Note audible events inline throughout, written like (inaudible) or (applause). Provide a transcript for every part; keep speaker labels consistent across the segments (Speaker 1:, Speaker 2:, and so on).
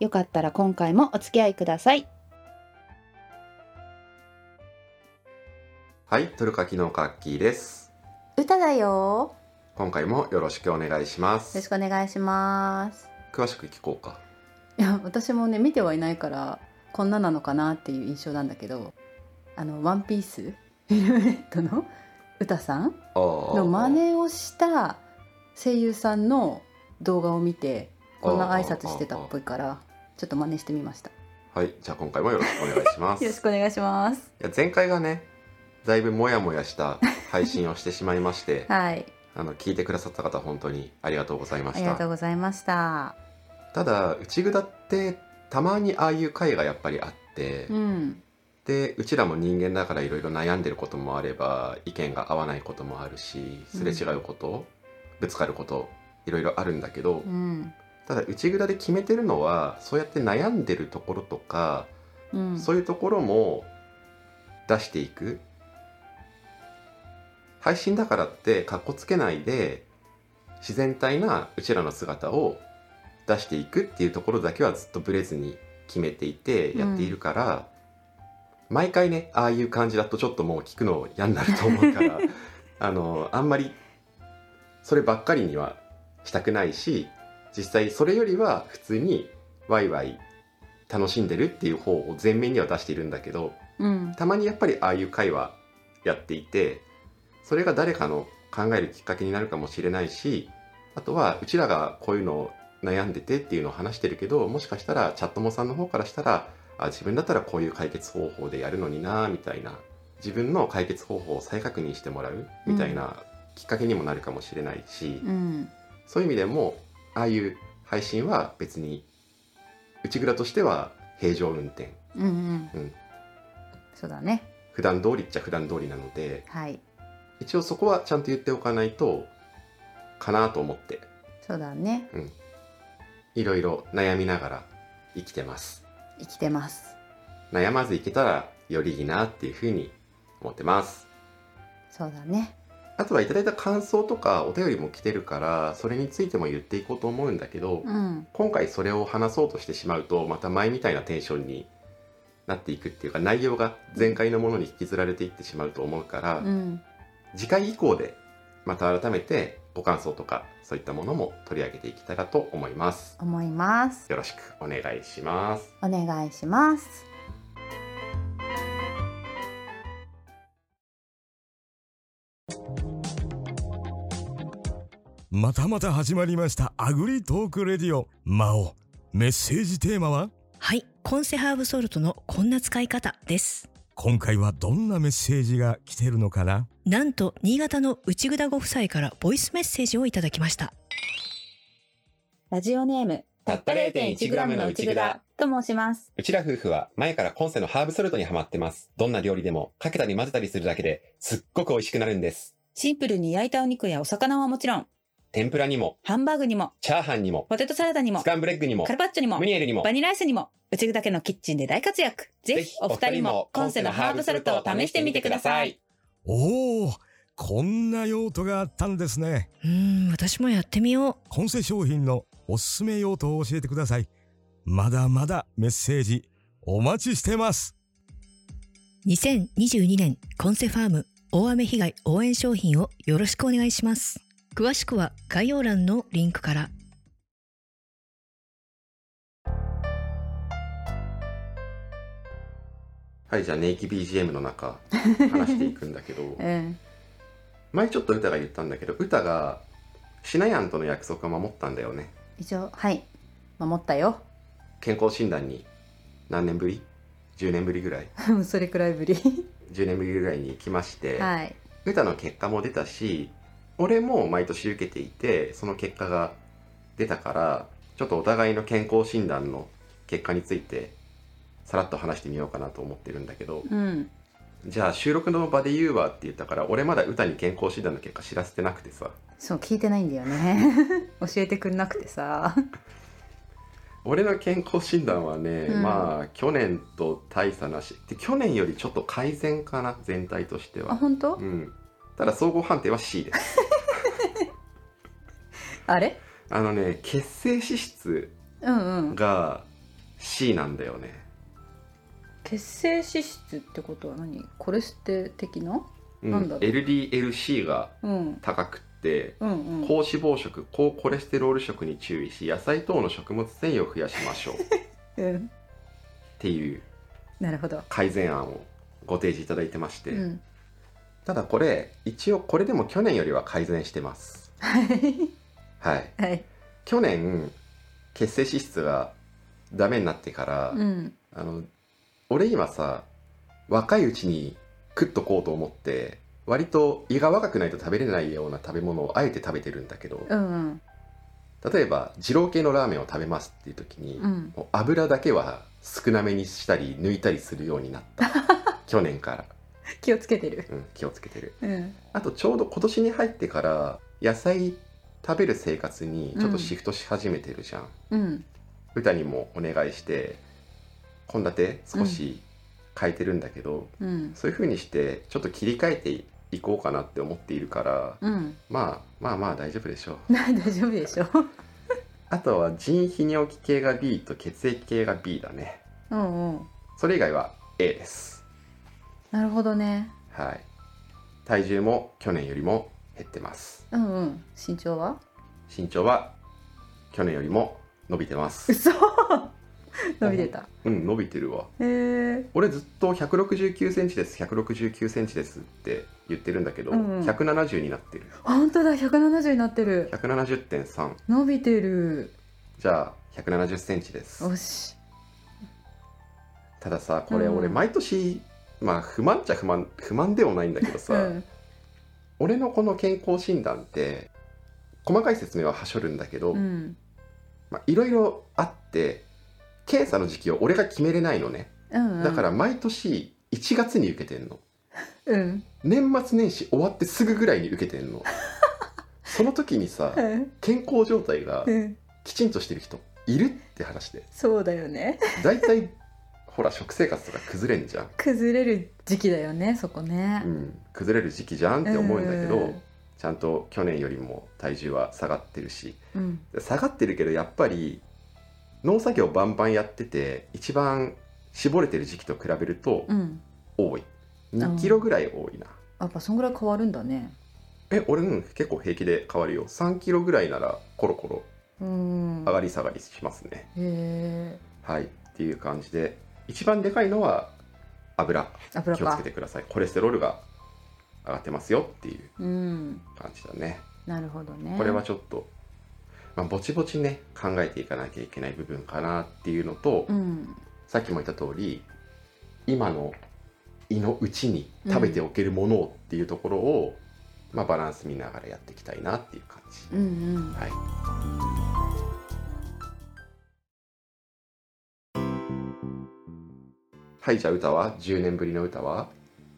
Speaker 1: よかったら今回もお付き合いください
Speaker 2: はいトルカキノカッキーです
Speaker 1: 歌だよ
Speaker 2: 今回もよろしくお願いしま
Speaker 1: よろし
Speaker 2: す
Speaker 1: くお願いします
Speaker 2: 詳しく聞こうか
Speaker 1: いや私もね見てはいないからこんななのかなっていう印象なんだけどあの「ワンピースヘルメットの歌さん
Speaker 2: あー
Speaker 1: の真似をした声優さんの動画を見てこんな挨拶してたっぽいからちょっと真似してみました
Speaker 2: はいじゃあ今回もよろしくお願いしま
Speaker 3: (laughs)
Speaker 2: す
Speaker 1: よろしくお願いします
Speaker 2: いや前回がねだいぶモヤモヤした配信をしてしまいまして
Speaker 3: (laughs)
Speaker 1: はい
Speaker 2: あの聞いてくださった方本当にありがとうございま
Speaker 1: あ
Speaker 2: し
Speaker 1: りがと
Speaker 2: た
Speaker 1: うございました
Speaker 2: ただ内ぐだってたまにああいう回がやっぱりあって、
Speaker 1: うん
Speaker 2: でうちらも人間だからいろいろ悩んでることもあれば意見が合わないこともあるしすれ違うこと、ぶつかることいろいろあるんだけど、
Speaker 1: うん
Speaker 2: ただ内蔵で決めてるのはそうやって悩んでるところとか、
Speaker 1: うん
Speaker 2: そういうところも出していく配信だからってかっこつけないで自然体なうちらの姿を出していくっていうところだけはずっとブレずに決めていてやっているから、毎回ねああいう感じだとちょっともう聞くの嫌になると思うからあのあんまりそればっかりにはしたくないし実際それよりは普通にワイワイ楽しんでるっていう方を前面には出しているんだけど
Speaker 1: うん
Speaker 2: たまにやっぱりああいう会話やっていてそれが誰かの考えるきっかけになるかもしれないしあとはうちらがこういうのを悩んでてっていうのを話してるけどもしかしたらチャットモさんの方からしたらあ自分だったらこういう解決方法でやるのになみたいな自分の解決方法を再確認してもらうみたいなきっかけにもなるかもしれないし。
Speaker 1: うん
Speaker 2: そういう意味でもああいう配信は別に内蔵としては平常運転
Speaker 1: うんうん、
Speaker 2: うん
Speaker 1: そうだね
Speaker 2: 普段通りっちゃ普段通りなので
Speaker 1: はい
Speaker 2: 一応そこはちゃんと言っておかないとかなと思って
Speaker 1: そうだね
Speaker 2: いろいろ悩みながら生きてます
Speaker 1: 生きてます
Speaker 2: 悩まずいけたらよりいいなっていうふうに思ってます
Speaker 1: そうだね
Speaker 2: あとはいただいた感想とかお便りも来てるからそれについても言っていこうと思うんだけど、
Speaker 1: うん
Speaker 2: 今回それを話そうとしてしまうとまた前みたいなテンションになっていくっていうか内容が前回のものに引きずられていってしまうと思うから、
Speaker 1: うん
Speaker 2: 次回以降でまた改めてご感想とかそういったものも取り上げていけたらと思います
Speaker 1: 思います
Speaker 2: よろしくお願いします
Speaker 1: お願いします
Speaker 4: またまた始まりましたアグリトークレディオ魔王メッセージテーマは
Speaker 5: はい、コンセハーブソルトのこんな使い方です。
Speaker 4: 今回はどんなメッセージが来てるのかな
Speaker 5: なんと新潟の内ぐだご夫妻からボイスメッセージをいただきました。
Speaker 1: ラジオネーム
Speaker 2: たった 0.1g の内蔵
Speaker 1: と申します
Speaker 2: うちら夫婦は前からコンセのハーブソルトにハマってますどんな料理でもかけたり混ぜたりするだけですっごく美味しくなるんです
Speaker 6: シンプルに焼いたお肉やお魚はもちろん、
Speaker 2: 天ぷらにも
Speaker 6: ハンバーグにも、
Speaker 2: チャーハンにも
Speaker 6: ポテトサラダにも、
Speaker 2: ンブルエッグにも
Speaker 6: カルパッチョにも、
Speaker 2: ニエルにも
Speaker 6: バニラアイスにも、うちだけのキッチンで大活躍。ぜひお二人もコンセのハーブソルトを試してみてください。
Speaker 4: おおこんな用途があったんですね
Speaker 5: うーん、私もやってみよう。
Speaker 4: コンセ商品のおすすめ用途を教えてくださいまだまだメッセージお待ちしてます
Speaker 5: 2022年コンセファーム大雨被害応援商品をよろしくお願いします。詳しくは概要欄のリンクから。
Speaker 2: はいじゃあネイキ BGM の中話していくんだけど
Speaker 1: うん
Speaker 2: 前ちょっと歌が言ったんだけど歌がシナヤンとの約束を守ったんだよね
Speaker 1: 一応はい守ったよ (laughs)
Speaker 2: 健康診断に何年ぶり ?10 年ぶりぐらい
Speaker 1: もうそれくらい
Speaker 6: (laughs)
Speaker 1: ぶり
Speaker 2: 10年ぶりぐらいに行きまして、
Speaker 1: はい
Speaker 2: 歌の結果も出たし俺も毎年受けていてその結果が出たからちょっとお互いの健康診断の結果についてさらっと話してみようかなと思ってるんだけど、
Speaker 1: うん
Speaker 2: じゃあ収録の場で言うわって言ったから俺まだ歌に健康診断の結果知らせてなくてさ
Speaker 1: そう聞いてないんだよね (laughs) 教えてくんなく
Speaker 6: (laughs)
Speaker 1: てさ
Speaker 2: 俺の健康診断はね、
Speaker 1: うん
Speaker 2: まあ去年と大差なしで去年よりちょっと改善かな全体として
Speaker 1: あ
Speaker 2: は
Speaker 1: 本当
Speaker 2: うんただ総合判定は C です
Speaker 1: あれ
Speaker 2: あのね血清脂質
Speaker 1: うんうん
Speaker 2: が C なんだよね
Speaker 1: 血清脂質ってことは何コレステ的な
Speaker 2: うん
Speaker 1: なんだろう
Speaker 2: LDLC が
Speaker 1: うん
Speaker 2: 高くって
Speaker 1: うんうん
Speaker 2: 高脂肪食高コレステロール食に注意し野菜等の食物繊維を増やしましょうっ
Speaker 1: うん
Speaker 2: ていう
Speaker 1: なるほど
Speaker 2: 改善案をご提示いただいてまして、
Speaker 1: うん
Speaker 2: ただこれ一応これでも去年よりは改善してます
Speaker 1: はい
Speaker 2: はい
Speaker 1: はい
Speaker 2: 去年血清脂質がダメになってから、
Speaker 1: うん
Speaker 2: あの俺今さ若いうちに食っとこうと思って割と胃が若くないと食べれないような食べ物をあえて食べてるんだけど
Speaker 1: うんうん
Speaker 2: 例えば二郎系のラーメンを食べますっていう時に、
Speaker 1: うん
Speaker 2: もう油だけは少なめにしたり抜いたりするようになった
Speaker 1: (laughs)
Speaker 2: 去年から、
Speaker 1: 気をつけてる
Speaker 2: うん、気をつけてる
Speaker 1: うん
Speaker 2: あとちょうど今年に入ってから野菜食べる生活にちょっとシフトし始めてるじゃん、
Speaker 1: うん
Speaker 2: 歌にもお願いして献立少し変えてるんだけど、
Speaker 1: うん
Speaker 2: そういう風にしてちょっと切り替えていこうかなって思っているから、
Speaker 1: うん
Speaker 2: まあまあまあ大丈夫でしょ
Speaker 1: (laughs)
Speaker 2: う
Speaker 1: 大丈夫でしょ
Speaker 2: あとは腎泌尿器系が B と血液系が B だね
Speaker 1: うんうん
Speaker 2: それ以外は A です
Speaker 1: なるほどね
Speaker 2: はい体重も去年よりも減ってます
Speaker 1: うんうん身長は
Speaker 2: 身長は去年よりも伸びてます
Speaker 1: 嘘 (laughs) 伸びてた
Speaker 2: うん伸びてるわ
Speaker 1: へえ
Speaker 2: 俺ずっと1 6 9センチです1 6 9ンチですって言ってるんだけど、
Speaker 1: うんうん
Speaker 2: 170になってる
Speaker 1: 本当だ170になってる
Speaker 2: 170.3
Speaker 1: 伸びてる
Speaker 2: じゃあ1 7 0ンチです
Speaker 1: おし、
Speaker 2: たださこれ
Speaker 1: うん
Speaker 2: 俺毎年、まあ不満っちゃ不満不満でもないんだけど
Speaker 1: う
Speaker 2: さ、
Speaker 1: ん、
Speaker 2: 俺のこの健康診断って細かい説明ははしょるんだけど
Speaker 1: うん
Speaker 2: まあいろいろあって検査の時期を俺が決めれないのね
Speaker 1: うん
Speaker 2: だから毎年1月に受けてんの
Speaker 1: うん
Speaker 2: 年末年始終わってすぐぐらいに受けてんの
Speaker 1: (laughs)
Speaker 2: その時にさ
Speaker 1: うん
Speaker 2: 健康状態が
Speaker 1: うん
Speaker 2: きちんとしてる人いるって話で
Speaker 1: そうだよね (laughs)
Speaker 2: 大体ほら食生活とか崩れんじゃん、
Speaker 1: 崩れる時期だよねそこね
Speaker 2: うん、崩れる時期じゃんって思うんだけど、
Speaker 1: うん
Speaker 2: ちゃんと去年よりも体重は下がってるし
Speaker 1: うん
Speaker 2: 下がってるけどやっぱり農作業バンバンやってて一番絞れてる時期と比べると
Speaker 1: うん
Speaker 2: 多い2キロぐらい多いな、
Speaker 1: やっぱそんぐらい変わるんだね
Speaker 2: え俺うん結構平気で変わるよ3キロぐらいならコロコロ
Speaker 1: うん
Speaker 2: 上が
Speaker 1: へ
Speaker 2: り下がりしますね、
Speaker 1: え
Speaker 2: はいっていう感じで一番でかいのは油
Speaker 1: 油
Speaker 2: 気をつ
Speaker 1: か
Speaker 2: けてくださいコレステロールが上がってますよっていう
Speaker 1: うん
Speaker 2: 感じだね
Speaker 1: なるほどね
Speaker 2: これはちょっと、まあ、ぼちぼちね考えていかなきゃいけない部分かなっていうのと、
Speaker 1: うん
Speaker 2: さっきも言った通り今の胃のうちに食べておけるものをっていうところを、まあ、バランス見ながらやっていきたいなっていう感じ、
Speaker 1: うんうん
Speaker 2: はいはいじゃあ歌は10年ぶりの歌は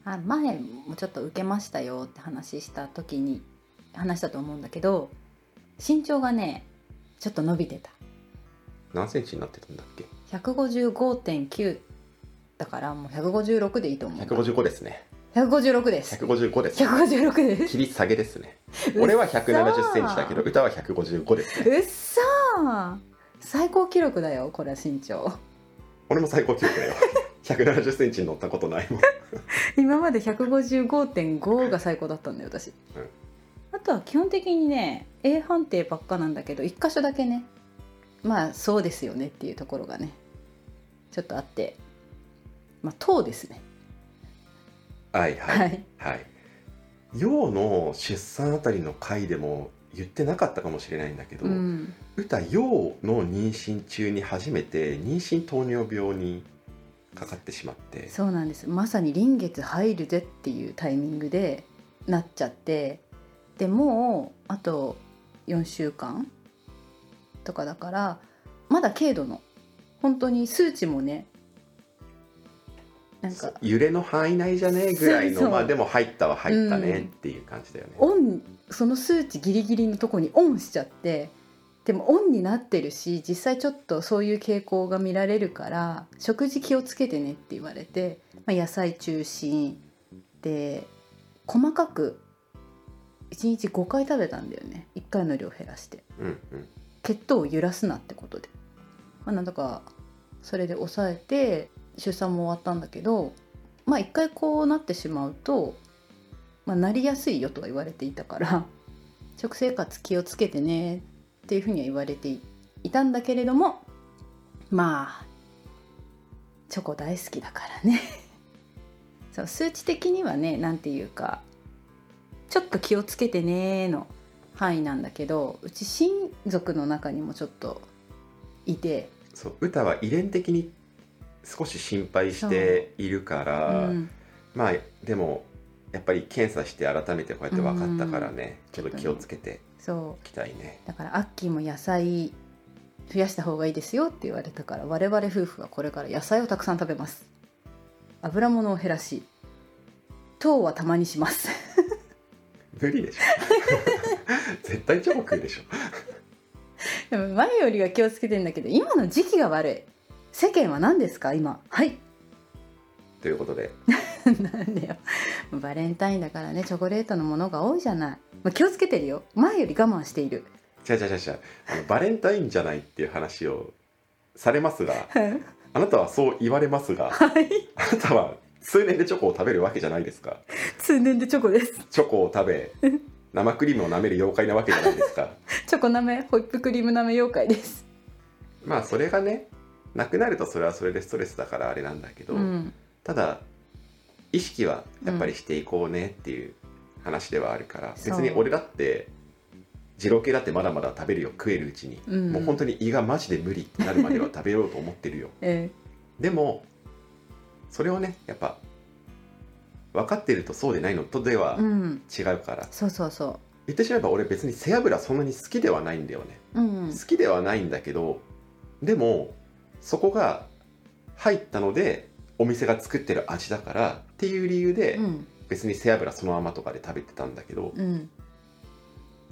Speaker 1: あ前もちょっと受けましたよって話した時に話したと思うんだけど身長がねちょっと伸びてた
Speaker 2: 何センチになってたんだっけ
Speaker 1: 155.9だからもう156でいいと思う
Speaker 2: 155ですね
Speaker 1: 156です
Speaker 2: 155です
Speaker 1: 156です
Speaker 2: 切り下げですね俺は1 7 0ンチだけど歌は155ですね
Speaker 1: うっそー最高記録だよこれ身長
Speaker 2: 俺も最高記録だよ1 (laughs) 7 0ンチに乗ったことないもん
Speaker 1: 今まで155.5が最高だったんだよ私、
Speaker 2: うん
Speaker 1: あとは基本的にね A 判定ばっかなんだけど1箇所だけねまあそうですよねっていうところがねちょっとあってまあ等ですね
Speaker 2: はいはい
Speaker 1: はい
Speaker 2: はい陽の出産あたりの回でも言ってなかったかもしれないんだけど、
Speaker 1: うん
Speaker 2: 歌陽の妊娠中に初めて妊娠糖尿病にかかってしまって
Speaker 1: そうなんですまさに臨月入るぜっていうタイミングでなっちゃってでもうあと4週間とかだからまだ軽度の本当に数値もねなんか
Speaker 2: 揺れの範囲内じゃねえぐらい
Speaker 1: そうそ
Speaker 2: の
Speaker 1: う
Speaker 2: まあでも入ったは入った
Speaker 1: うん
Speaker 2: ねっていう感じだよね。
Speaker 1: オンその数値ギリギリのとこにオンしちゃってでもオンになってるし実際ちょっとそういう傾向が見られるから食事気をつけてねって言われて、まあ、野菜中心で細かく1日5回食べたんだよね1回の量減らして
Speaker 2: うんうん
Speaker 1: 血糖を揺らすなってことで、まあ、なんだかそれで抑えて出産も終わったんだけどまあ一回こうなってしまうと、まあ、なりやすいよとは言われていたから食生活気をつけてねっていうふうには言われていたんだけれどもまあチョコ大好きだからねそう数値的にはねなんていうかちょっと気をつけてねの範囲なんだけどうち親族の中にもちょっといて、
Speaker 2: そう歌は遺伝的に少し心配しているか
Speaker 1: う
Speaker 2: ら、
Speaker 1: ん、
Speaker 2: まあでもやっぱり検査して改めてこうやって分かったからね、ちょっと気をつけて
Speaker 1: そ
Speaker 2: いきたいね。
Speaker 1: うだからアッキーも野菜増やした方がいいですよって言われたから我々夫婦はこれから野菜をたくさん食べます油物を減らし糖はたまにします (laughs)
Speaker 2: 無理でしょ (laughs) 絶対チョコ食うでしょ
Speaker 1: でも前よりは気をつけてんだけど今の時期が悪い世間は何ですか今はい (laughs)
Speaker 2: ということで
Speaker 1: なんだよバレンタインだからねチョコレートのものが多いじゃない、まあ、気をつけてるよ前より我慢している (laughs)
Speaker 2: 違う違う違う違うあのバレンタインじゃないっていう話をされますがあなたはそう言われますが
Speaker 1: はい
Speaker 2: あなたは数年でチョコを食べるわけじゃないですか
Speaker 1: 通年でチョコです (laughs)
Speaker 2: チョコを食べ生クリームを舐める妖怪なわけじゃないですか
Speaker 1: チョコなめホイップクリームなめ妖怪です
Speaker 2: まあそれがねなくなるとそれはそれでストレスだからあれなんだけど、
Speaker 1: うん
Speaker 2: ただ意識はやっぱりしていこうねっていう話ではあるから、別に
Speaker 1: そう
Speaker 2: 俺だって二郎系だってまだまだ食べるよ食えるうちに、
Speaker 1: うん
Speaker 2: もう本当に胃がマジで無理ってなるまでは食べようと思っ
Speaker 1: (laughs)
Speaker 2: てるよ
Speaker 1: え
Speaker 2: でもそれをねやっぱ分かってるとそうでないのとでは
Speaker 1: えうん
Speaker 2: 違うから、
Speaker 1: そうそうそ
Speaker 2: 言ってしまえば俺別に背脂そんなに好きではないんだよね、
Speaker 1: ううん
Speaker 2: 好きではないんだけどでもそこが入ったのでお店が作ってる味だからっていう理由で
Speaker 1: うん
Speaker 2: 別に背脂そのままとかで食べてたんだけど、
Speaker 1: うん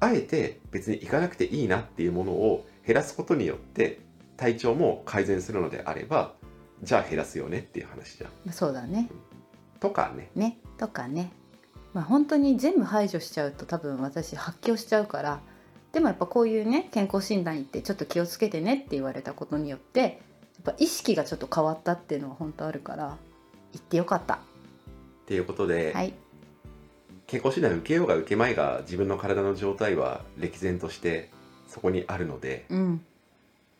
Speaker 2: あえて別に行かなくていいなっていうものを減らすことによって体調も改善するのであればじゃあ減らすよねっていう話じゃん。
Speaker 1: そうだね
Speaker 2: とかね
Speaker 1: ねとかねまあ本当に全部排除しちゃうと多分私発狂しちゃうからでもやっぱこういうね健康診断行ってちょっと気をつけてねって言われたことによってやっぱ意識がちょっと変わったっていうのは本当あるから行ってよかった
Speaker 2: っていうことで、
Speaker 1: はい
Speaker 2: 健康診断受けようが受けまいが自分の体の状態は歴然としてそこにあるので、
Speaker 1: うん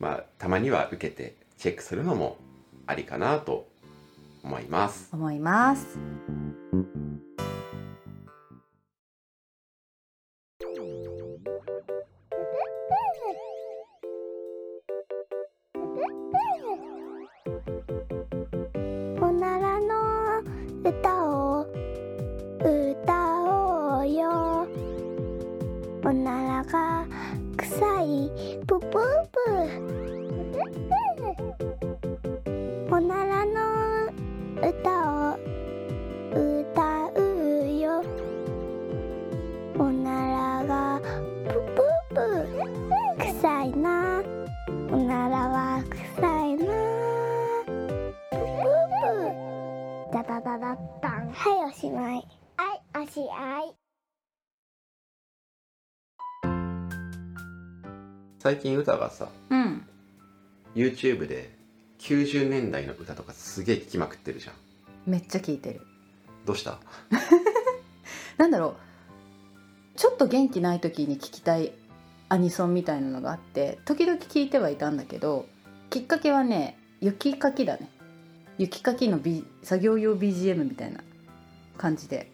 Speaker 2: まあ、たまには受けてチェックするのもありかなと思います。
Speaker 1: 思います
Speaker 7: おならの歌を歌おうよおならが臭いププープおならの歌を歌うよおならがププープ臭いなおならは臭いなダダダダッタンはいおしまいはいおしあい
Speaker 2: 最近歌がさ
Speaker 1: うん
Speaker 2: YouTube で90年代の歌とかすげえ聴きまくってるじゃん。
Speaker 1: めっちゃ聞いてる
Speaker 2: どうした
Speaker 1: なんだろうちょっと元気ない時に聴きたいアニソンみたいなのがあって時々聴いてはいたんだけどきっかけはね雪かきだね雪かきの、B、作業用 BGM みたいな感じで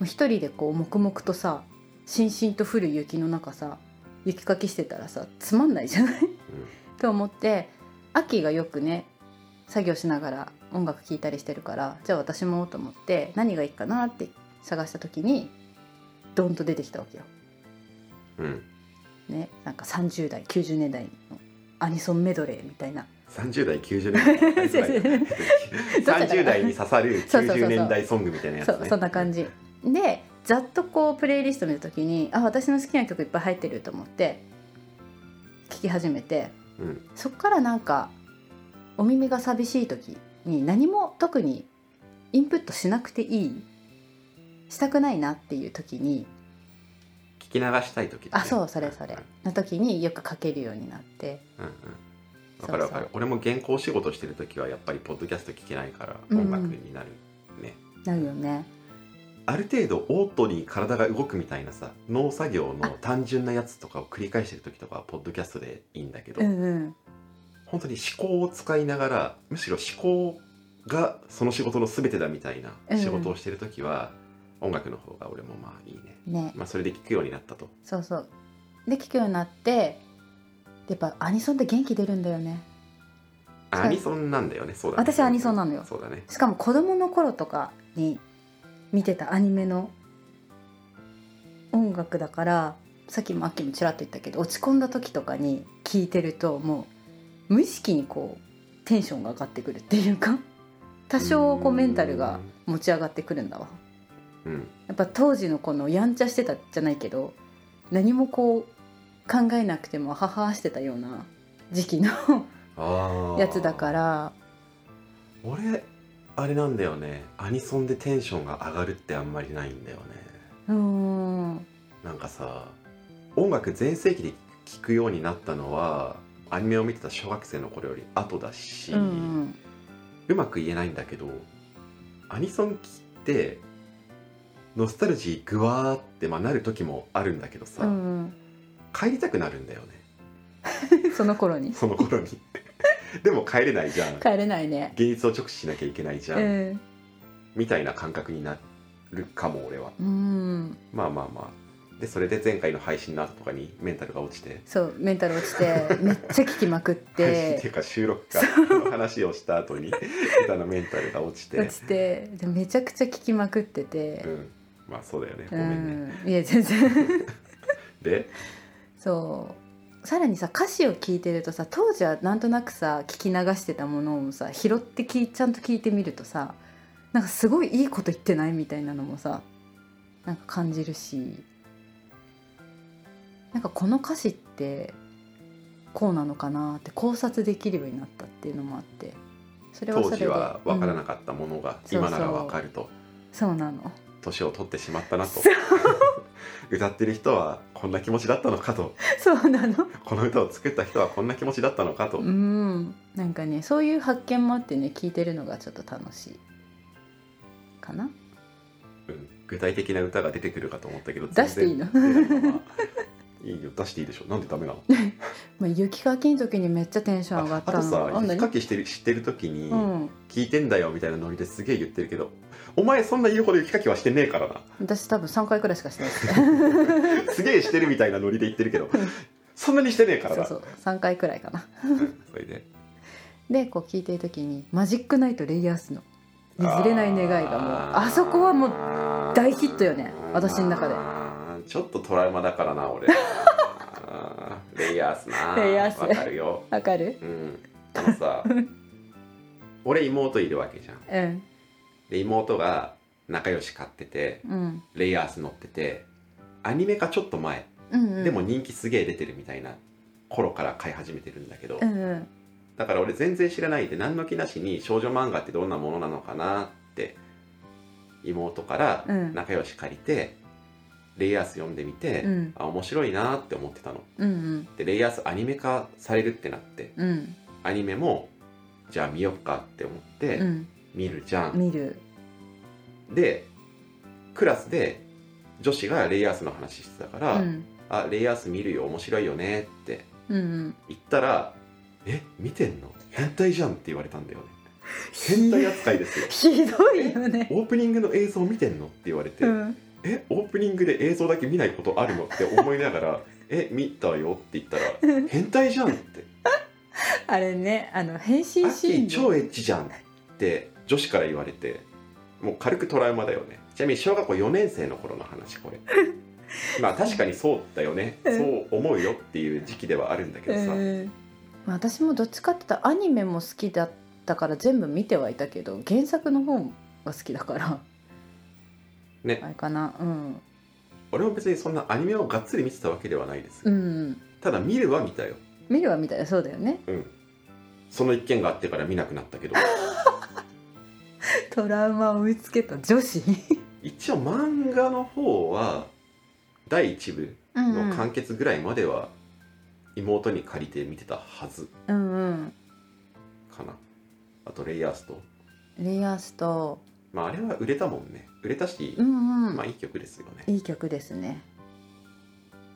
Speaker 1: もう一人でこう黙々とさしんしんと降る雪の中さ雪かきしてたらさつまんないじゃないと思って秋がよくね作業しながら音楽聴いたりしてるからじゃあ私もと思って何がいいかなって探した時にドンと出てきたわけよ。
Speaker 2: うん
Speaker 1: ね、なんか30代90年代のアニソンメドレーみたいな
Speaker 2: 30代90年代
Speaker 1: (laughs)
Speaker 2: 30代に刺さる
Speaker 1: そうそうそうそう
Speaker 2: 90年代ソングみたいなやつ
Speaker 1: そ
Speaker 2: ね
Speaker 1: うそんな感じでざっとこうプレイリスト見た時にあ私の好きな曲いっぱい入ってると思って聴き始めて
Speaker 2: うん
Speaker 1: そっからなんかお耳が寂しい時に何も特にインプットしなくていいしたくないなっていう時に
Speaker 2: 聞き流したい時だね
Speaker 1: あそうそれそれの時によく書けるようになって
Speaker 2: うんうんわかるわか
Speaker 1: そうそ
Speaker 2: る
Speaker 1: う
Speaker 2: 俺も原稿仕事してる時はやっぱりポッドキャスト聞けないから
Speaker 1: うんうん
Speaker 2: 音楽になるね、
Speaker 1: なるよね
Speaker 2: ある程度オートに体が動くみたいなさ農作業の単純なやつとかを繰り返してる時とかはポッドキャストでいいんだけど、
Speaker 1: うんうん
Speaker 2: 本当に思考を使いながらむしろ思考がその仕事の全てだみたいな仕事をしてる時は、音楽の方が俺もまあいいね、
Speaker 1: ね
Speaker 2: まあ、それで聞くようになったと
Speaker 1: そうそうで聴くようになってでやっぱアニソンって元気出るんだよね
Speaker 2: あ
Speaker 1: そう
Speaker 2: アニソンなんだよねそうだね
Speaker 1: 私アニソンなのよ
Speaker 2: そうだね
Speaker 1: しかも子供の頃とかに見てたアニメの音楽だからさっきもあっきもちらっと言ったけど落ち込んだ時とかに聴いてるともう無意識にこうテンションが上がってくるっていうか多少こうメンタルが持ち上がってくるんだわ
Speaker 2: うん
Speaker 1: やっぱ当時のこのやんちゃしてたじゃないけど何もこう考えなくてもははしてたような時期の
Speaker 2: あー
Speaker 1: やつだから
Speaker 2: 俺あれなんだよねアニソンでテンションが上がるってあんまりないんだよね
Speaker 1: うーん
Speaker 2: なんかさ音楽全盛期で聴くようになったのはアニメを見てた小学生の頃より後だし、
Speaker 1: うんうん
Speaker 2: うまく言えないんだけどアニソン聴いてノスタルジーグワーって、まあ、なる時もあるんだけどさ、
Speaker 1: うん
Speaker 2: 帰りたくなるんだよね
Speaker 1: うんその頃に
Speaker 2: その頃に (laughs) でも帰れないじゃん
Speaker 1: 帰れないね
Speaker 2: 現実を直視しなきゃいけないじゃ、
Speaker 1: うんん
Speaker 2: みたいな感覚になるかも俺は
Speaker 1: うん
Speaker 2: まあまあまあでそれで前回の配信の後とかにメンタルが落ちて
Speaker 1: そうメンタル落ちてめっちゃ聞きまくっ
Speaker 2: 配信 (laughs) ってい
Speaker 1: て
Speaker 2: うか収録かこの話をした後に (laughs) 歌のメンタルが落ちて
Speaker 1: 落ちてでめちゃくちゃ聞きまくってて
Speaker 2: う、んまあそうだよねご
Speaker 1: う
Speaker 2: めんね、
Speaker 1: んいや全然
Speaker 2: で
Speaker 1: そうさらにさ歌詞を聞いてるとさ当時はなんとなくさ聞き流してたものをさ拾ってきちゃんと聞いてみるとさなんかすごいいいこと言ってないみたいなのもさなんか感じるしなんかこの歌詞ってこうなのかなって考察できるようになったっていうのもあってそれはそ
Speaker 2: 当
Speaker 1: れで
Speaker 2: 時は分からな
Speaker 1: うん
Speaker 2: かったものが
Speaker 1: そうそう
Speaker 2: 今なら分かると
Speaker 1: そうなの
Speaker 2: 年を取ってしまったなと (laughs) 歌ってる人はこんな気持ちだったのかと
Speaker 1: (laughs) そうなの
Speaker 2: この歌を作った人はこんな気持ちだったのかと、
Speaker 1: うんなんかねそういう発見もあってね聞いてるのがちょっと楽しいかな
Speaker 2: うん具体的な歌が出てくるかと思ったけど
Speaker 1: 出していいの
Speaker 2: 全然出ないままいいよ出していいでしょなんでダ
Speaker 1: (laughs)
Speaker 2: メなの
Speaker 1: まあ、雪かきの時にめっちゃテンション上が
Speaker 2: あ
Speaker 1: っ
Speaker 2: あ
Speaker 1: た
Speaker 2: と
Speaker 1: の
Speaker 2: さ
Speaker 1: あんな
Speaker 2: 雪
Speaker 1: に
Speaker 2: かきしてる知ってる時に
Speaker 1: うん、
Speaker 2: 「聞いてんだよ」みたいなノリですげえ言ってるけど「お前そんな言うほど雪かきはしてねえか
Speaker 1: (laughs)
Speaker 2: らな
Speaker 1: 私多分3回くらいしかしてない
Speaker 2: すげえしてる」みたいなノリで言ってるけど「そんなにしてねえから
Speaker 1: そう
Speaker 2: な」
Speaker 1: そう3回くらいかな
Speaker 2: うんそれで
Speaker 1: でこう聞いてる時に「マジックナイトレイヤースの譲れない願い」がもうあそこはもう
Speaker 2: う
Speaker 1: 大ヒットよね私の中で
Speaker 2: でちょっとトラウマだから
Speaker 1: (laughs)
Speaker 2: な俺あーレイヤースな
Speaker 1: レイヤース
Speaker 2: わかるよ
Speaker 1: わかる
Speaker 2: うんあのさ俺妹いるわけじゃん
Speaker 1: うん
Speaker 2: で妹が仲良し買ってて
Speaker 1: うん
Speaker 2: レイヤース乗っててアニメ化ちょっと前
Speaker 1: うんうん
Speaker 2: でも人気すげえ出てるみたいな頃から買い始めてるんだけど、
Speaker 1: うんうん
Speaker 2: だから俺全然知らないで何の気なしに少女漫画ってどんなものなのかなって妹から
Speaker 1: うん
Speaker 2: 仲良し借りて、レイヤース読んでみて、
Speaker 1: うん
Speaker 2: あ面白いなって思ってたの。
Speaker 1: うんうん
Speaker 2: でレイヤースアニメ化されるってなって
Speaker 1: うん
Speaker 2: アニメもじゃあ見よっかって思って、
Speaker 1: うん
Speaker 2: 見るじゃん。
Speaker 1: 見る
Speaker 2: でクラスで女子がレイヤースの話してたか
Speaker 1: う
Speaker 2: ら「
Speaker 1: ん
Speaker 2: あレイヤース見るよ面白いよね」って
Speaker 1: うんうん
Speaker 2: 言ったら「え見てんの変態じゃん」って言われたんだよね変態扱いですよ
Speaker 1: (laughs) ひどいよね
Speaker 2: オープニングの映像見てんのって言われて「 (laughs)
Speaker 1: うん
Speaker 2: えオープニングで映像だけ見ないことあるの?」って思いながら「え見たよ」って言ったら「変態じゃん」って
Speaker 1: あれねあの変身
Speaker 2: 「アッキ
Speaker 1: シーン
Speaker 2: ー超
Speaker 1: で
Speaker 2: エッチじゃん」って女子から言われてもう軽くトラウマだよねちなみに小学校4年生の頃の話これまあ確かにそうだよねそう思うよっていう時期ではあるんだけどさ、
Speaker 1: うんまあ私もどっちかって言ったらアニメも好きだったから全部見てはいたけど原作の方が好きだからあ
Speaker 2: ね
Speaker 1: れかなうん
Speaker 2: 俺も別にそんなアニメをがっつり見てたわけではないです、
Speaker 1: うん
Speaker 2: ただ見るは見たよ
Speaker 1: 見るわみたいなそうだよね
Speaker 2: うんその一件があってから見なくなったけ (laughs) ど
Speaker 1: (laughs) トラウマを見つけた女子
Speaker 2: 一応漫画の方は第1部の完結ぐらいまでは妹に借りて見てたはず
Speaker 1: うんうん
Speaker 2: かなあとレイヤースと
Speaker 1: レイアースと
Speaker 2: まああれは売れたもんね売れたし
Speaker 1: う、んうん、
Speaker 2: まあいい曲ですよね
Speaker 1: いい曲ですね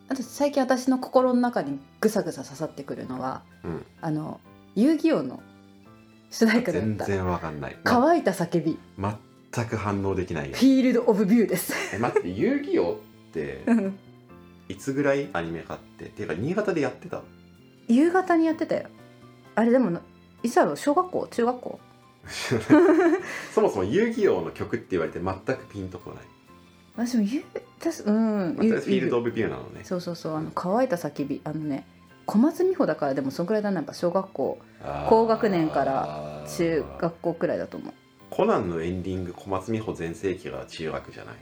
Speaker 1: あと最近私の心の中にぐさぐさ刺さってくるのは、
Speaker 2: うん
Speaker 1: あの遊戯王の主題歌だ
Speaker 2: 全
Speaker 1: った
Speaker 2: 然わかんない、
Speaker 1: 「乾いた叫び
Speaker 2: ま全く反応できない
Speaker 1: (laughs)
Speaker 2: よ
Speaker 1: フィールド・オブ・ビュー」です
Speaker 2: え待って遊戯王って
Speaker 1: うん
Speaker 2: いつぐらいアニメ化ってっていうか新潟でやってた
Speaker 1: (laughs) 夕方にやってたよあれでもないつだろう小学校中学校
Speaker 2: そもそも遊戯王の曲って言われて全くピンとこない、
Speaker 1: 私もゆ私うん
Speaker 2: まあ、とりあえずフィールド・オ
Speaker 1: ブ
Speaker 2: ブ・ビューなのね
Speaker 1: そうそうそうあの乾いた叫びあのね小松美穂だからでもそのくらいだなやっぱ小学校
Speaker 2: あー
Speaker 1: 高学年から中学校くらいだと思う
Speaker 2: コナンのエンディング小松美穂全盛期が中学じゃない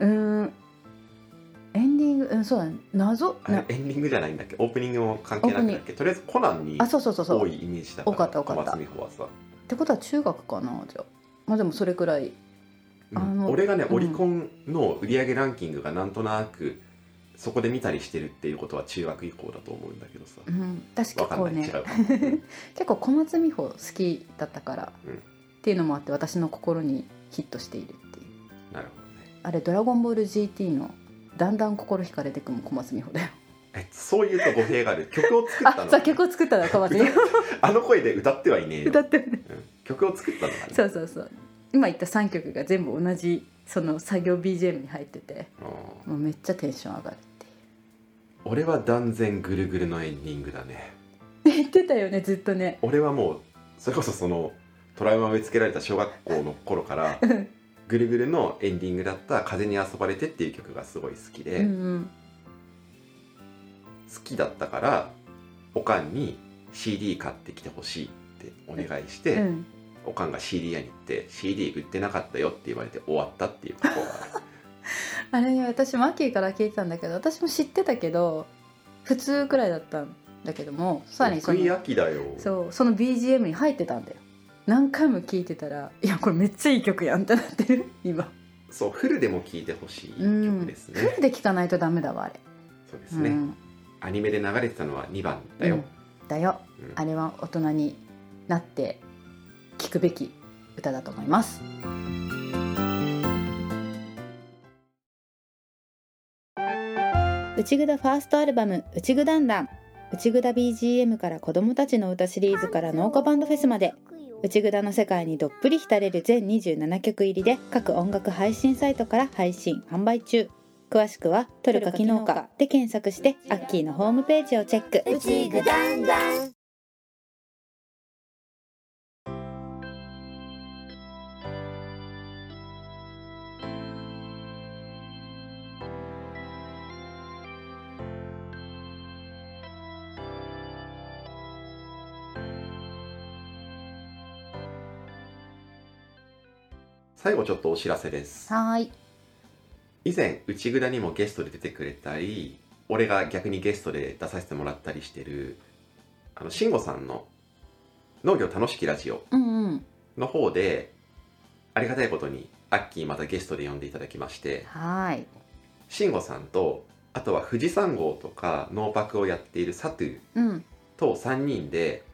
Speaker 2: う
Speaker 1: ーんエンディングうんそうだね謎
Speaker 2: あ
Speaker 1: な
Speaker 2: れエンディングじゃないんだっけオープニングも関係なく
Speaker 1: オープニ
Speaker 2: ない
Speaker 1: ン
Speaker 2: っ
Speaker 1: グ
Speaker 2: けとりあえずコナンに
Speaker 1: あそうそうそうそ
Speaker 2: 多
Speaker 1: うっ
Speaker 2: いイメージだか
Speaker 1: 多
Speaker 2: ら
Speaker 1: かった多かった
Speaker 2: 小松美穂はさ、
Speaker 1: てことは中学かなじゃあまあでもそれくらい
Speaker 2: うん
Speaker 1: あの
Speaker 2: 俺がね、
Speaker 1: うん
Speaker 2: オリコンの売り上げランキングがなんとなくそこで見たりしてるっていうことは中学以降だと思うんだけどさ
Speaker 1: うん私
Speaker 2: わ
Speaker 1: 結
Speaker 2: かん
Speaker 1: 構
Speaker 2: ない、違
Speaker 1: ね
Speaker 2: うか
Speaker 1: 結構小松美穂好きだったから、
Speaker 2: うん
Speaker 1: っていうのもあって私の心にヒットしているっていう
Speaker 2: なるほどね
Speaker 1: あれ「ドラゴンボール GT」のだんだん心惹かれてくも小松美穂だよ
Speaker 2: えそういうと語弊がある曲を作った
Speaker 1: あ
Speaker 2: の
Speaker 1: そう曲を作ったの小松美穂
Speaker 2: あの声で歌ってはいねえよ
Speaker 1: 歌ってるね
Speaker 2: うん曲を作ったのかね
Speaker 1: そうそうそう今言った3曲が全部同じその作業 BGM に入ってて
Speaker 2: うん
Speaker 1: もうめっちゃテンション上がるっていう
Speaker 2: 俺は断然ぐるぐるのエンディングだね
Speaker 1: 言ってたよねずっとね
Speaker 2: 俺はもうそれこそそのトラウマを植え付けられた小学校の頃から (laughs)
Speaker 1: うん
Speaker 2: ぐるぐるのエンディングだった「風に遊ばれて」っていう曲がすごい好きで、
Speaker 1: うんうん
Speaker 2: 好きだったからおかんに CD 買ってきてほしいってお願いして、
Speaker 1: うん
Speaker 2: おかんが CD 屋に行って CD 売ってなかったよって言われて終わったっていう過去がある
Speaker 1: あれね私もアッキーから聞いてたんだけど私も知ってたけど普通くらいだったんだけどもさら (laughs) にそ
Speaker 2: 福井
Speaker 1: の
Speaker 2: 秋だよ
Speaker 1: そうその BGM に入ってたんだよ何回も聞いてたら「いやこれめっちゃいい曲やん」ってなってる今
Speaker 2: そうフルでも聴いてほしい曲です
Speaker 1: フ
Speaker 2: ね、
Speaker 1: ルで聴かないとダメだわあれ、
Speaker 2: そうで
Speaker 1: う
Speaker 2: すね、
Speaker 1: ん、
Speaker 2: アニメで流れてたのは2番だよ、
Speaker 1: うんだよ
Speaker 2: うん
Speaker 1: あれは大人になって聴くべき歌だと思います
Speaker 6: 内ぐだファーストアルバム「内ぐだんだん」内ぐだ BGM から子どもたちの歌シリーズから農家バンドフェスまで内ぐだの世界にどっぷり浸れる全27曲入りで各音楽配信サイトから配信販売中詳しくは「トルカ機能か」で検索してアッキーのホームページをチェック
Speaker 7: うちぐだんだん
Speaker 2: 最後ちょっとお知らせです
Speaker 1: はーい
Speaker 2: 以前内蔵にもゲストで出てくれたり俺が逆にゲストで出させてもらったりしてるあの慎吾さんの「農業楽しきラジオ
Speaker 1: うんうん」
Speaker 2: の方でありがたいことにアッキーまたゲストで呼んでいただきまして
Speaker 1: はーい
Speaker 2: 慎吾さんとあとは富士山号とか農泊をやっているサトゥ
Speaker 1: うん
Speaker 2: と3人で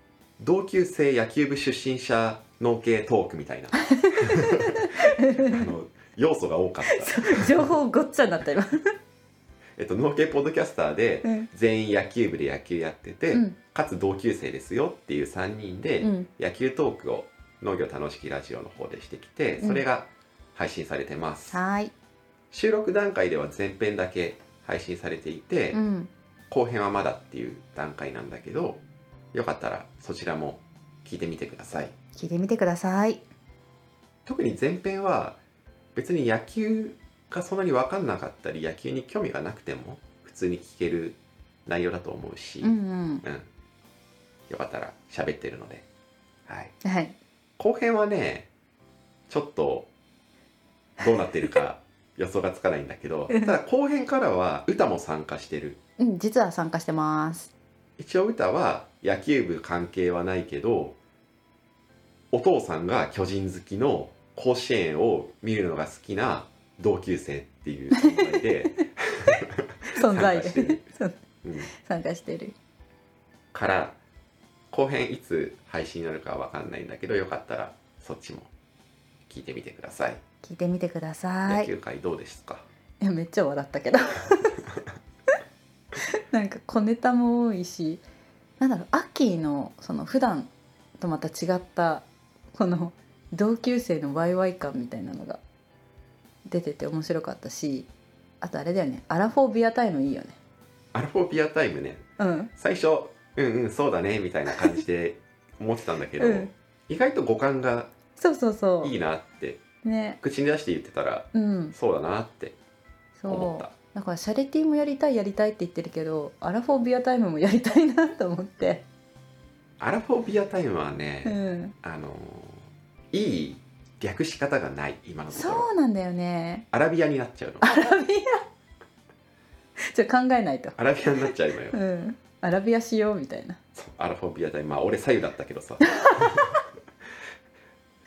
Speaker 2: 同級生野球部出身者農系トークみたいなあの要素が多かった。
Speaker 1: 情報ごっちゃになった今
Speaker 2: えっと、農系ポッドキャスターで
Speaker 1: うん
Speaker 2: 全員野球部で野球やってて、
Speaker 1: うん
Speaker 2: かつ同級生ですよっていう3人
Speaker 1: う
Speaker 2: で
Speaker 1: ん
Speaker 2: 野球トークを農業楽しきラジオの方でしてきて
Speaker 1: うん
Speaker 2: それが配信されてます、
Speaker 1: はーい
Speaker 2: 収録段階では前編だけ配信されていて、
Speaker 1: うん
Speaker 2: 後編はまだっていう段階なんだけどよかったらそちらも聞いてみてください
Speaker 1: 聞いてみてください
Speaker 2: 特に前編は別に野球がそんなに分かんなかったり野球に興味がなくても普通に聞ける内容だと思うし、
Speaker 1: うんうん
Speaker 2: うんよかったら喋ってるので、はい、
Speaker 1: はい
Speaker 2: 後編はねちょっとどうなってる (laughs) か予想がつかないんだけどただ後編からは歌も参加してる
Speaker 1: うん実は参加してます
Speaker 2: 一応歌は野球部関係はないけどお父さんが巨人好きの甲子園を見るのが好きな同級生っていう存在で、 (laughs)
Speaker 1: 存在
Speaker 2: 参加して
Speaker 1: で
Speaker 2: る
Speaker 1: そう
Speaker 2: うん、
Speaker 1: (laughs) 参加してる
Speaker 2: から後編いつ配信になるかわかんないんだけどよかったらそっちも聞いてみてください、
Speaker 1: 聞いてみてくださ
Speaker 2: 野
Speaker 1: い
Speaker 2: 球界どうですか
Speaker 1: いやめっちゃ笑ったけ
Speaker 2: (laughs)
Speaker 1: どなんか小ネタも多いしなんだろうアッキーのその普段とまた違ったこの同級生のワイワイ感みたいなのが出てて面白かったしあとあれだよねアラフォービアタイムいいよね
Speaker 2: アルフォービアタイムね
Speaker 1: うん
Speaker 2: 最初うんうんそうだねみたいな感じで思ってたんだけど、
Speaker 1: うん
Speaker 2: 意外と五感が
Speaker 1: そうそうそう
Speaker 2: いいなって
Speaker 1: ね
Speaker 2: 口に出して言ってたら
Speaker 1: うん
Speaker 2: そうだなって思
Speaker 1: そ
Speaker 2: っ
Speaker 1: う
Speaker 2: た
Speaker 1: だからシャレティもやりたいやりたいって言ってるけどアラフォービアタイムもやりたいなと思っ
Speaker 2: (laughs)
Speaker 1: て
Speaker 2: アラフォービアタイムはね、
Speaker 1: うん
Speaker 2: あのーいい略し方がない今のところ
Speaker 1: そうなんだよね
Speaker 2: アラビアになっちゃうの
Speaker 1: アラビアちょっと考えないと
Speaker 2: アラビアになっちゃうのよ
Speaker 1: うんアラビアしようみたいな
Speaker 2: そうアラフォービアタイムまあ俺左右だったけ
Speaker 1: (laughs)
Speaker 2: どさ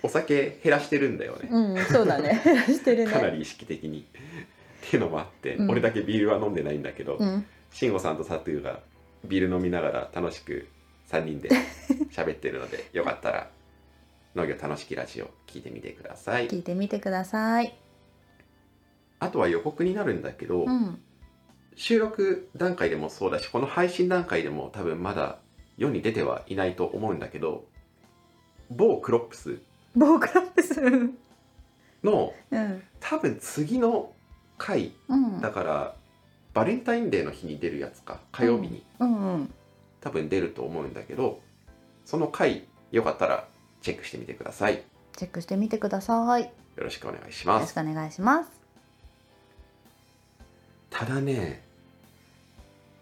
Speaker 2: お酒減らしてるんだよね
Speaker 1: うんそうだね減ら (laughs) してる
Speaker 2: かな
Speaker 1: ね
Speaker 2: り意識的にっていうのもあって、
Speaker 1: うん
Speaker 2: 俺だけビールは飲んでないんだけど
Speaker 1: うん
Speaker 2: 慎吾さんとサトゥーがビール飲みながら楽しく3
Speaker 1: (laughs)
Speaker 2: 人で喋ってるのでよかったら農業楽しきラジオ聞いてみてください
Speaker 1: 聞いてみてください
Speaker 2: あとは予告になるんだけど、
Speaker 1: うん
Speaker 2: 収録段階でもそうだしこの配信段階でも多分まだ世に出てはいないと思うんだけど某クロップス
Speaker 1: ボーカルですうん
Speaker 2: の
Speaker 1: うん
Speaker 2: 多分次の回
Speaker 1: うん
Speaker 2: だからバレンタインデーの日に出るやつか火曜日に
Speaker 1: うん
Speaker 2: 多分出ると思うんだけどその回よかったらチェックしてみてくださいよ
Speaker 1: チェックしてみてくださいよ
Speaker 2: ろしくお願いし
Speaker 1: ろ
Speaker 2: ま
Speaker 1: し
Speaker 2: す
Speaker 1: くお願いします
Speaker 2: ただね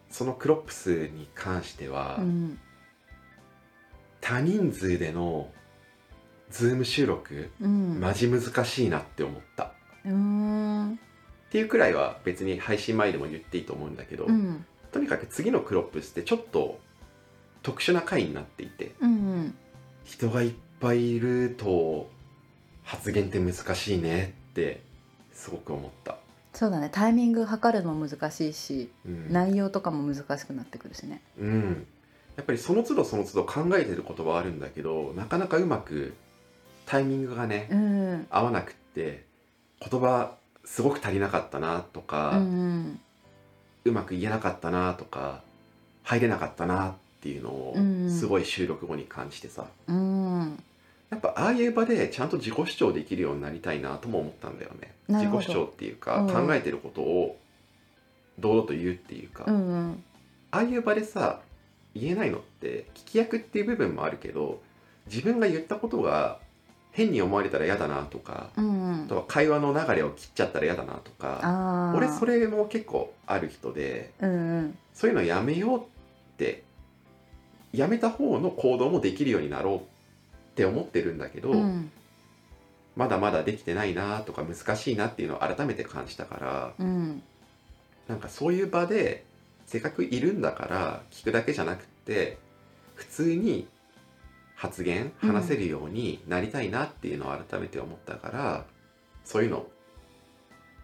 Speaker 2: そのクロップスに関しては、
Speaker 1: うん
Speaker 2: 多人数でのズーム収録
Speaker 1: うん
Speaker 2: マジ難しいなって思ったっ
Speaker 1: うーん
Speaker 2: ていうくらいは別に配信前でも言っていいと思うんだけど、
Speaker 1: うん
Speaker 2: とにかく次のクロップスってちょっと特殊な回になっていて
Speaker 1: うん
Speaker 2: 人がいっぱいいると発言って難しいねってすごく思った、
Speaker 1: そうだねタイミング測るのも難しいし
Speaker 2: うん
Speaker 1: 内容とかも難しくなってくるしね
Speaker 2: うん、やっぱりその都度その都度考えてることはあるんだけどなかなかうまくタイミングがね、
Speaker 1: うん
Speaker 2: 合わなくって言葉すごく足りなかったなとか、
Speaker 1: うんうん
Speaker 2: うまく言えなかったなとか入れなかったなっていうのを
Speaker 1: うん
Speaker 2: すごい収録後に感じてさ、
Speaker 1: うん
Speaker 2: やっぱああいう場でちゃんと自己主張できるようになりたいなとも思ったんだよね
Speaker 1: な
Speaker 2: 自
Speaker 1: る
Speaker 2: 己
Speaker 1: ほど
Speaker 2: 主張っていうか、
Speaker 1: うん
Speaker 2: 考えてることを堂々と言うっていうか、
Speaker 1: うんうん
Speaker 2: ああいう場でさ言えないのって聞き役っていう部分もあるけど自分が言ったことが変に思われたら嫌だなとか、
Speaker 1: うんう
Speaker 2: あ
Speaker 1: ん
Speaker 2: とは会話の流れを切っちゃったら嫌だなとか
Speaker 1: ああ
Speaker 2: 俺それも結構ある人で
Speaker 1: うんうん
Speaker 2: そういうのやめようってやめた方の行動もできるようになろうって思ってるんだけど、
Speaker 1: うん
Speaker 2: まだまだできてないなとか難しいなっていうのを改めて感じたから
Speaker 1: うん
Speaker 2: なんかそういう場でせっかくいるんだから聞くだけじゃなくって普通に発言
Speaker 1: うん
Speaker 2: 話せるようになりたいなっていうのを改めて思ったから、そういうの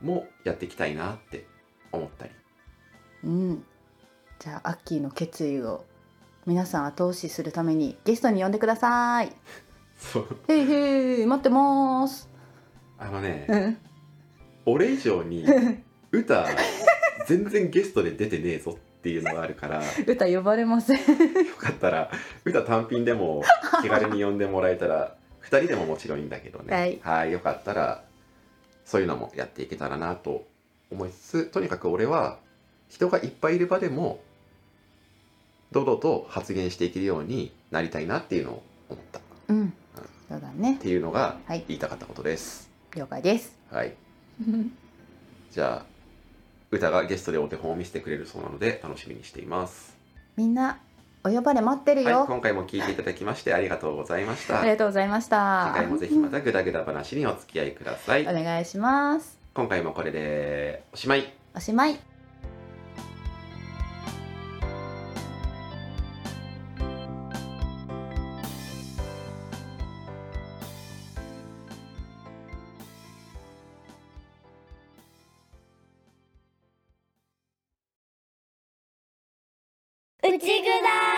Speaker 2: もやっていきたいなって思ったり
Speaker 1: うん、じゃあアッキーの決意を皆さん後押しするためにゲストに呼んでください。
Speaker 2: そう
Speaker 1: へいへい待ってます。
Speaker 2: あのね、
Speaker 1: うん、
Speaker 2: 俺以上に歌全然ゲストで出てねえぞっていうのがあるからよ
Speaker 1: 歌呼ばれません。
Speaker 2: かったら歌単品でも気軽に呼んでもらえたら2人でももちろんいいんだけどね
Speaker 1: はい
Speaker 2: よかったらそういうのもやっていけたらなと思いつつとにかく俺は人がいっぱいいる場でも堂々と発言していけるようになりたいなっていうのを思ったっ
Speaker 1: うん、そうだね。
Speaker 2: ていうのが
Speaker 1: はい
Speaker 2: 言いたかったことです。
Speaker 1: 了解です。
Speaker 2: はいじゃあ歌がゲストでお手本を見せてくれるそうなので楽しみにしています
Speaker 1: みんなお呼ばれ待ってる
Speaker 2: はい、
Speaker 1: よ、
Speaker 2: 今回も聞いていただきましてありがとうございました
Speaker 1: ありがとうございまし
Speaker 2: 次
Speaker 1: た
Speaker 2: 回もぜひまたグダグダ話にお付き合いください
Speaker 1: お願いします
Speaker 2: 今回もこれでおしまい
Speaker 1: おしまい
Speaker 7: 内ぐだ